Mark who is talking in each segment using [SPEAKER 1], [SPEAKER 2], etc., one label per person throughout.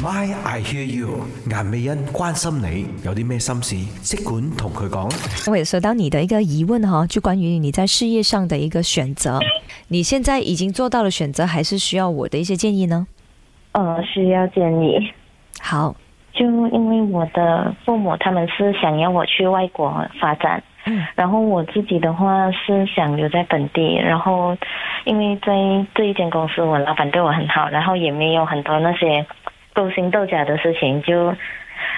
[SPEAKER 1] My I hear you，颜美欣关心你有啲咩心事，即管同佢讲。
[SPEAKER 2] 我也收到你的一个疑问哈，就关于你在事业上的一个选择，你现在已经做到了选择，还是需要我的一些建议呢？
[SPEAKER 3] 呃，需要建议。
[SPEAKER 2] 好，
[SPEAKER 3] 就因为我的父母他们是想要我去外国发展，
[SPEAKER 2] 嗯
[SPEAKER 3] 然后我自己的话是想留在本地，然后因为在这一间公司我老板对我很好，然后也没有很多那些勾心斗角的事情，就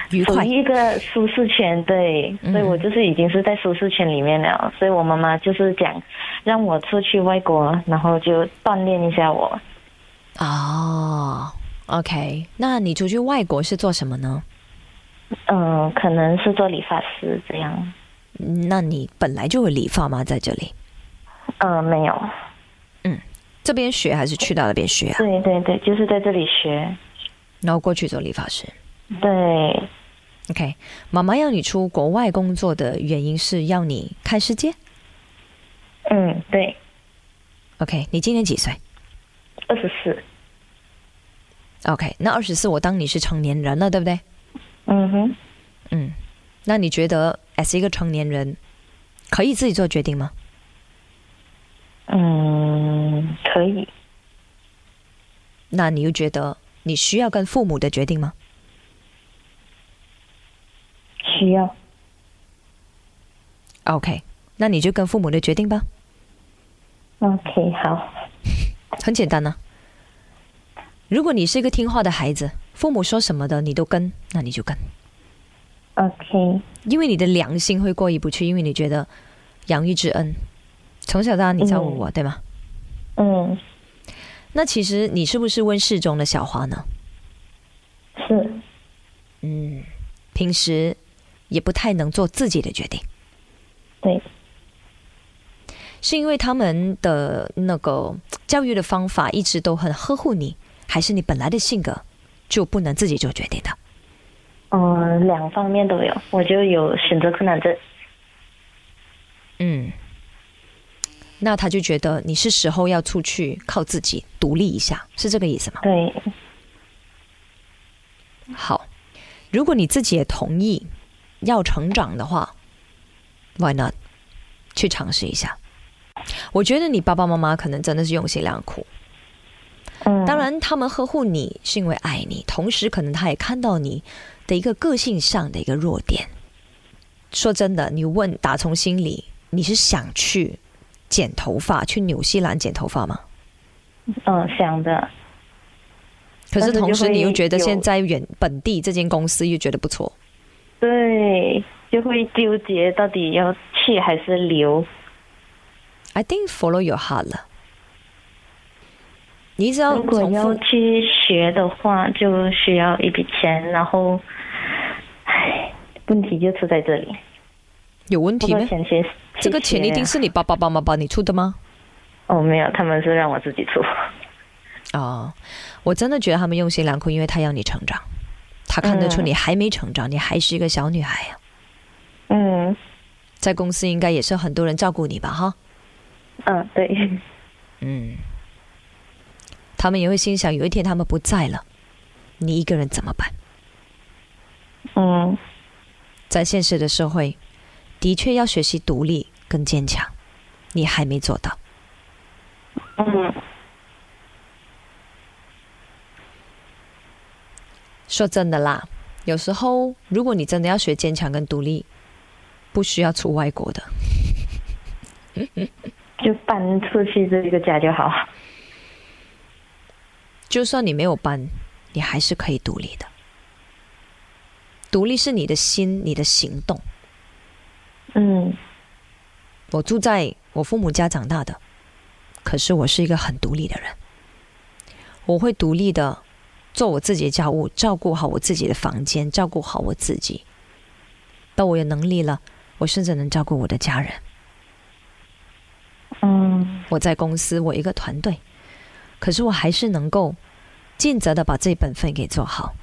[SPEAKER 2] 愉
[SPEAKER 3] 属
[SPEAKER 2] 快
[SPEAKER 3] 于。一个舒适圈，对，
[SPEAKER 2] 嗯
[SPEAKER 3] 所以我就是已经是在舒适圈里面了，所以我妈妈就是讲让我出去外国，然后就锻炼一下我。
[SPEAKER 2] 哦，OK，那你出去外国是做什么呢？
[SPEAKER 3] 嗯、可能是做理发师这样。
[SPEAKER 2] 那你本来就有理发吗？在这里
[SPEAKER 3] 呃，没有，
[SPEAKER 2] 这边学还是去到那边学啊？
[SPEAKER 3] 对对对，就是在这里学。
[SPEAKER 2] 然后过去做理发师。
[SPEAKER 3] 对，
[SPEAKER 2] OK，妈妈要你出国外工作的原因是要你看世界。
[SPEAKER 3] 嗯，对，
[SPEAKER 2] OK，你今年几岁
[SPEAKER 3] 二十四。
[SPEAKER 2] ？OK，那二十四，我当你是成年人了，对不对？
[SPEAKER 3] 嗯哼，
[SPEAKER 2] 嗯，那你觉得 as 一个成年人，可以自己做决定吗？
[SPEAKER 3] 嗯，可以。
[SPEAKER 2] 那你又觉得你需要跟父母的决定吗？
[SPEAKER 3] 需要。
[SPEAKER 2] OK，那你就跟父母的决定吧，
[SPEAKER 3] OK，好。
[SPEAKER 2] 很简单呢、啊如果你是一个听话的孩子，父母说什么的你都跟，那你就跟，
[SPEAKER 3] OK，
[SPEAKER 2] 因为你的良心会过意不去，因为你觉得养育之恩，从小到大你照顾我，对吗？
[SPEAKER 3] 嗯，
[SPEAKER 2] 那其实你是不是温室中的小花呢？
[SPEAKER 3] 是，
[SPEAKER 2] 嗯，平时也不太能做自己的决定。
[SPEAKER 3] 对，
[SPEAKER 2] 是因为他们的那个教育的方法一直都很呵护你，还是你本来的性格就不能自己做决定的？
[SPEAKER 3] 嗯、两方面都有，我就有选择困难症。
[SPEAKER 2] 嗯，那他就觉得你是时候要出去靠自己独立一下，是这个意思吗？
[SPEAKER 3] 对，
[SPEAKER 2] 好，如果你自己也同意要成长的话，Why not？去尝试一下。我觉得你爸爸妈妈可能真的是用心良苦，
[SPEAKER 3] 嗯，
[SPEAKER 2] 当，然，他们呵护你是因为爱你，同时可能他也看到你的一个个性上的一个弱点。说真的，你问打从心里，你是想去剪头发，去纽西兰剪头发吗？
[SPEAKER 3] 嗯、想的，
[SPEAKER 2] 可是
[SPEAKER 3] 但是
[SPEAKER 2] 同时，
[SPEAKER 3] 就会
[SPEAKER 2] 你又觉得
[SPEAKER 3] 有
[SPEAKER 2] 现在远本地这间公司又觉得不错，
[SPEAKER 3] 对，就会纠结到底要去还是留。
[SPEAKER 2] I think follow your heart 了。你一直要
[SPEAKER 3] 如果
[SPEAKER 2] 重
[SPEAKER 3] 要
[SPEAKER 2] 复，
[SPEAKER 3] 去学的话，就需要一笔钱，然后，唉，问题就出在这里。
[SPEAKER 2] 有问
[SPEAKER 3] 不
[SPEAKER 2] 题
[SPEAKER 3] 过
[SPEAKER 2] 吗？
[SPEAKER 3] 钱先，
[SPEAKER 2] 这个钱一定是你爸爸妈妈帮你出的吗？
[SPEAKER 3] 哦，没有，他们是让我自己出。
[SPEAKER 2] 哦，我真的觉得他们用心良苦，因为他要你成长，他看得出
[SPEAKER 3] 嗯
[SPEAKER 2] 你还没成长，你还是一个小女孩呀、啊
[SPEAKER 3] 嗯
[SPEAKER 2] 在公司应该也是很多人照顾你吧，哈，
[SPEAKER 3] 嗯，对，
[SPEAKER 2] 嗯，他们也会心想，有一天他们不在了，你一个人怎么办？
[SPEAKER 3] 嗯
[SPEAKER 2] 在现实的社会，的确要学习独立跟坚强，你还没做到。
[SPEAKER 3] 嗯
[SPEAKER 2] 说真的啦，有时候如果你真的要学坚强跟独立，不需要出外国的。
[SPEAKER 3] 就搬出去这个家就好。
[SPEAKER 2] 就算你没有搬，你还是可以独立的。独立是你的心，你的行动。
[SPEAKER 3] 嗯
[SPEAKER 2] 我住在我父母家长大的，可是我是一个很独立的人。我会独立的做我自己的家务，照顾好我自己的房间，照顾好我自己。当我有能力了，我甚至能照顾我的家人。
[SPEAKER 3] 嗯
[SPEAKER 2] 我在公司，我一个团队，可是我还是能够尽责的把这本分给做好。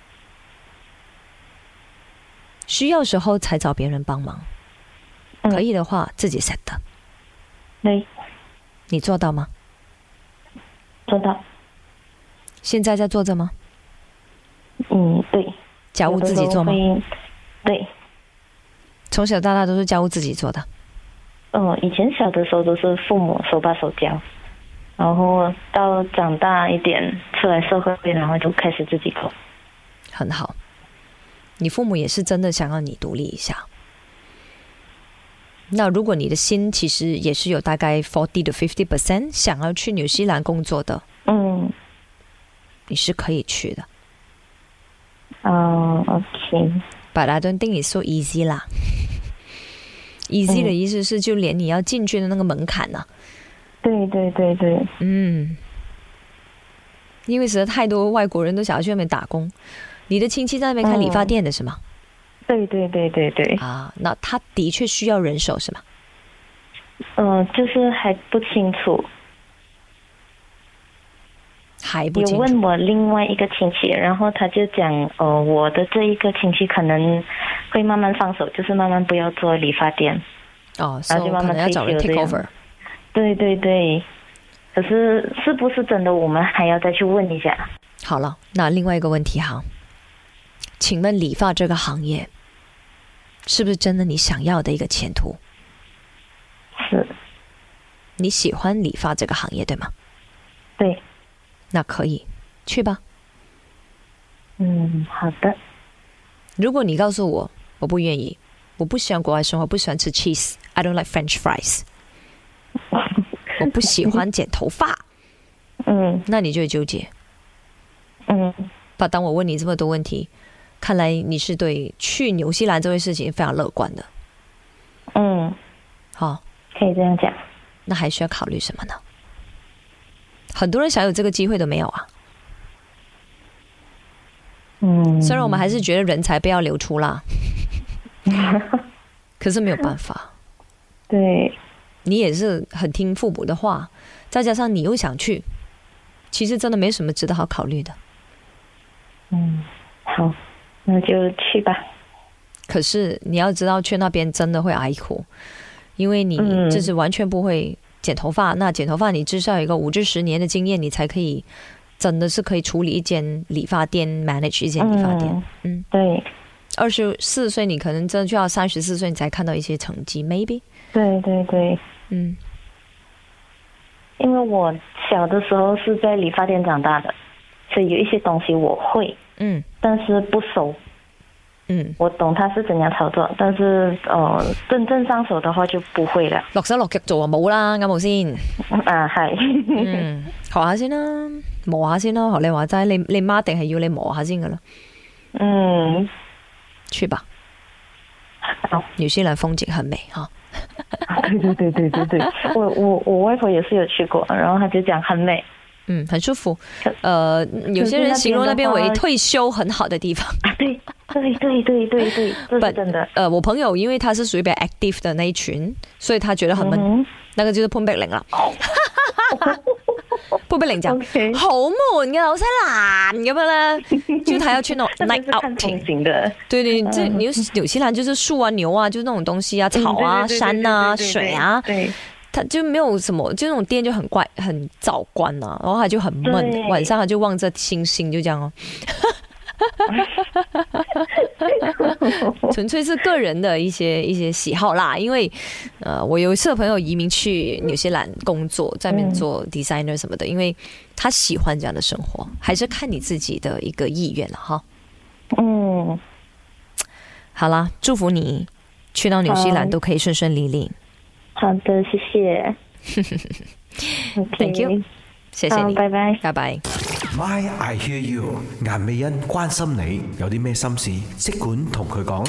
[SPEAKER 2] 需要时候才找别人帮忙，
[SPEAKER 3] 嗯
[SPEAKER 2] 可以的话自己 set 的，
[SPEAKER 3] 对，
[SPEAKER 2] 你做到吗？
[SPEAKER 3] 做到。
[SPEAKER 2] 现在在做着吗？
[SPEAKER 3] 嗯，对，
[SPEAKER 2] 家务自己做吗？
[SPEAKER 3] 有的时候会？对，
[SPEAKER 2] 从小到大都是家务自己做的。
[SPEAKER 3] 嗯、以前小的时候都是父母手把手教，然后到长大一点出来社会，然后就开始自己做。
[SPEAKER 2] 很好。你父母也是真的想要你独立一下。那如果你的心其实也是有大概 forty to fifty percent 想要去纽西兰工作的，
[SPEAKER 3] 嗯
[SPEAKER 2] 你是可以去的。
[SPEAKER 3] 嗯，OK，
[SPEAKER 2] But I don't think it's so easy 啦。easy
[SPEAKER 3] 嗯
[SPEAKER 2] 的意思是，就连你要进去的那个门槛呢、
[SPEAKER 3] 对对对对，
[SPEAKER 2] 嗯，因为实在太多外国人都想要去那边打工。你的亲戚在那边开理发店的是吗？
[SPEAKER 3] 对对对对对，
[SPEAKER 2] 啊，那他的确需要人手是吗？
[SPEAKER 3] 嗯、就是还不清楚。
[SPEAKER 2] 还不
[SPEAKER 3] 有
[SPEAKER 2] 清楚。
[SPEAKER 3] 问我另外一个亲戚，然后他就讲，呃，我的这一个亲戚可能会慢慢放手，就是慢慢不要做理发店。
[SPEAKER 2] 哦，所
[SPEAKER 3] 然
[SPEAKER 2] 以
[SPEAKER 3] 后就慢
[SPEAKER 2] 可
[SPEAKER 3] 慢
[SPEAKER 2] 能要找人
[SPEAKER 3] 退
[SPEAKER 2] take
[SPEAKER 3] 休
[SPEAKER 2] over。
[SPEAKER 3] 对对对，可是是不是真的，我们还要再去问一下。
[SPEAKER 2] 好了，那另外一个问题哈，请问理发这个行业是不是真的你想要的一个前途？
[SPEAKER 3] 是，
[SPEAKER 2] 你喜欢理发这个行业对吗？
[SPEAKER 3] 对，
[SPEAKER 2] 那可以去吧。
[SPEAKER 3] 嗯，好的，
[SPEAKER 2] 如果你告诉我我不愿意，我不喜欢国外生活，不喜欢吃 cheese，I don't like French fries，我不喜欢剪头发，
[SPEAKER 3] 嗯
[SPEAKER 2] 那你就会纠结。
[SPEAKER 3] 嗯，
[SPEAKER 2] 把当我问你这么多问题，看来你是对去纽西兰这件事情非常乐观的。
[SPEAKER 3] 嗯，
[SPEAKER 2] 好、
[SPEAKER 3] 可以这样讲。
[SPEAKER 2] 那还需要考虑什么呢？很多人想有这个机会都没有啊。
[SPEAKER 3] 嗯，
[SPEAKER 2] 虽然我们还是觉得人才不要流出啦，可是没有办法，
[SPEAKER 3] 对，
[SPEAKER 2] 你也是很听父母的话，再加上你又想去，其实真的没什么值得好考虑的。
[SPEAKER 3] 嗯，好，那就去吧。
[SPEAKER 2] 可是你要知道，去那边真的会挨苦，因为你
[SPEAKER 3] 嗯
[SPEAKER 2] 就是完全不会剪头发。那剪头发，你至少有一个五至十年的经验，你才可以真的是可以处理一间理发店，manage 一间理发店。嗯
[SPEAKER 3] 嗯，对
[SPEAKER 2] 二十四岁，你可能真的就要三十四岁，你才看到一些成绩，maybe。
[SPEAKER 3] 对对对，
[SPEAKER 2] 嗯，
[SPEAKER 3] 因为我小的时候是在理发店长大的，所以有一些东西我会，
[SPEAKER 2] 嗯，
[SPEAKER 3] 但是不熟。
[SPEAKER 2] 嗯，
[SPEAKER 3] 我懂它是怎样操作，但是呃，真正上手的话就不会 了。
[SPEAKER 2] 落手落腳做啊冇啦，啱冇先。
[SPEAKER 3] 啊，嗨，
[SPEAKER 2] 嗯，學下先啦，磨下先啦。學你話齋，你你媽定係要你磨下先噶啦，
[SPEAKER 3] 嗯，
[SPEAKER 2] 去吧。
[SPEAKER 3] 好，
[SPEAKER 2] 紐西蘭風景很美哈。
[SPEAKER 3] 对对对对对对，我我我外婆也是有去过，然后她就讲很美，
[SPEAKER 2] 嗯，很舒服
[SPEAKER 3] 可。
[SPEAKER 2] 呃，有些人形容那边
[SPEAKER 3] 可
[SPEAKER 2] 为
[SPEAKER 3] 是那边的话
[SPEAKER 2] 退休很好的地 方。
[SPEAKER 3] 啊，对对对对对对，这是
[SPEAKER 2] But-
[SPEAKER 3] 真的。
[SPEAKER 2] 呃，我朋友因为他是属于比较 active 的那一群，所以他觉得很闷。
[SPEAKER 3] 嗯哦
[SPEAKER 2] 那个就是潘碧玲啦。 潘碧玲就
[SPEAKER 3] OK
[SPEAKER 2] 好悶嘅紐西蘭咁 樣咧，就他要去那
[SPEAKER 3] 哼，
[SPEAKER 2] 種
[SPEAKER 3] 那
[SPEAKER 2] night
[SPEAKER 3] 边是
[SPEAKER 2] outing
[SPEAKER 3] 看。风景的，
[SPEAKER 2] 对对，这纽纽西兰就是树啊、牛啊，就是那种东西啊，草啊、
[SPEAKER 3] 嗯嗯对对对
[SPEAKER 2] 山啊、
[SPEAKER 3] 对对对
[SPEAKER 2] 水啊，
[SPEAKER 3] 对，
[SPEAKER 2] 它就没有什么，就那种店就很怪、很早关啊，然后它就很闷，
[SPEAKER 3] 对
[SPEAKER 2] 晚上它就望着星星，就这样哦。 纯粹是个人的一些一些喜好啦，因为呃，我有一次朋友移民去纽西兰工作，在那
[SPEAKER 3] 嗯
[SPEAKER 2] 边做 designer 什么的，因为他喜欢这样的生活，还是看你自己的一个意愿了哈。
[SPEAKER 3] 嗯，
[SPEAKER 2] 好啦，祝福你去到纽西兰
[SPEAKER 3] 好
[SPEAKER 2] 都可以顺顺利利，
[SPEAKER 3] 好的，谢 谢。
[SPEAKER 2] Thank you，谢谢
[SPEAKER 3] 好，
[SPEAKER 2] 你，
[SPEAKER 3] 嗯拜拜。
[SPEAKER 2] 拜拜。
[SPEAKER 1] My I hear you，顏美欣關心你有啲咩心事，即管同佢講。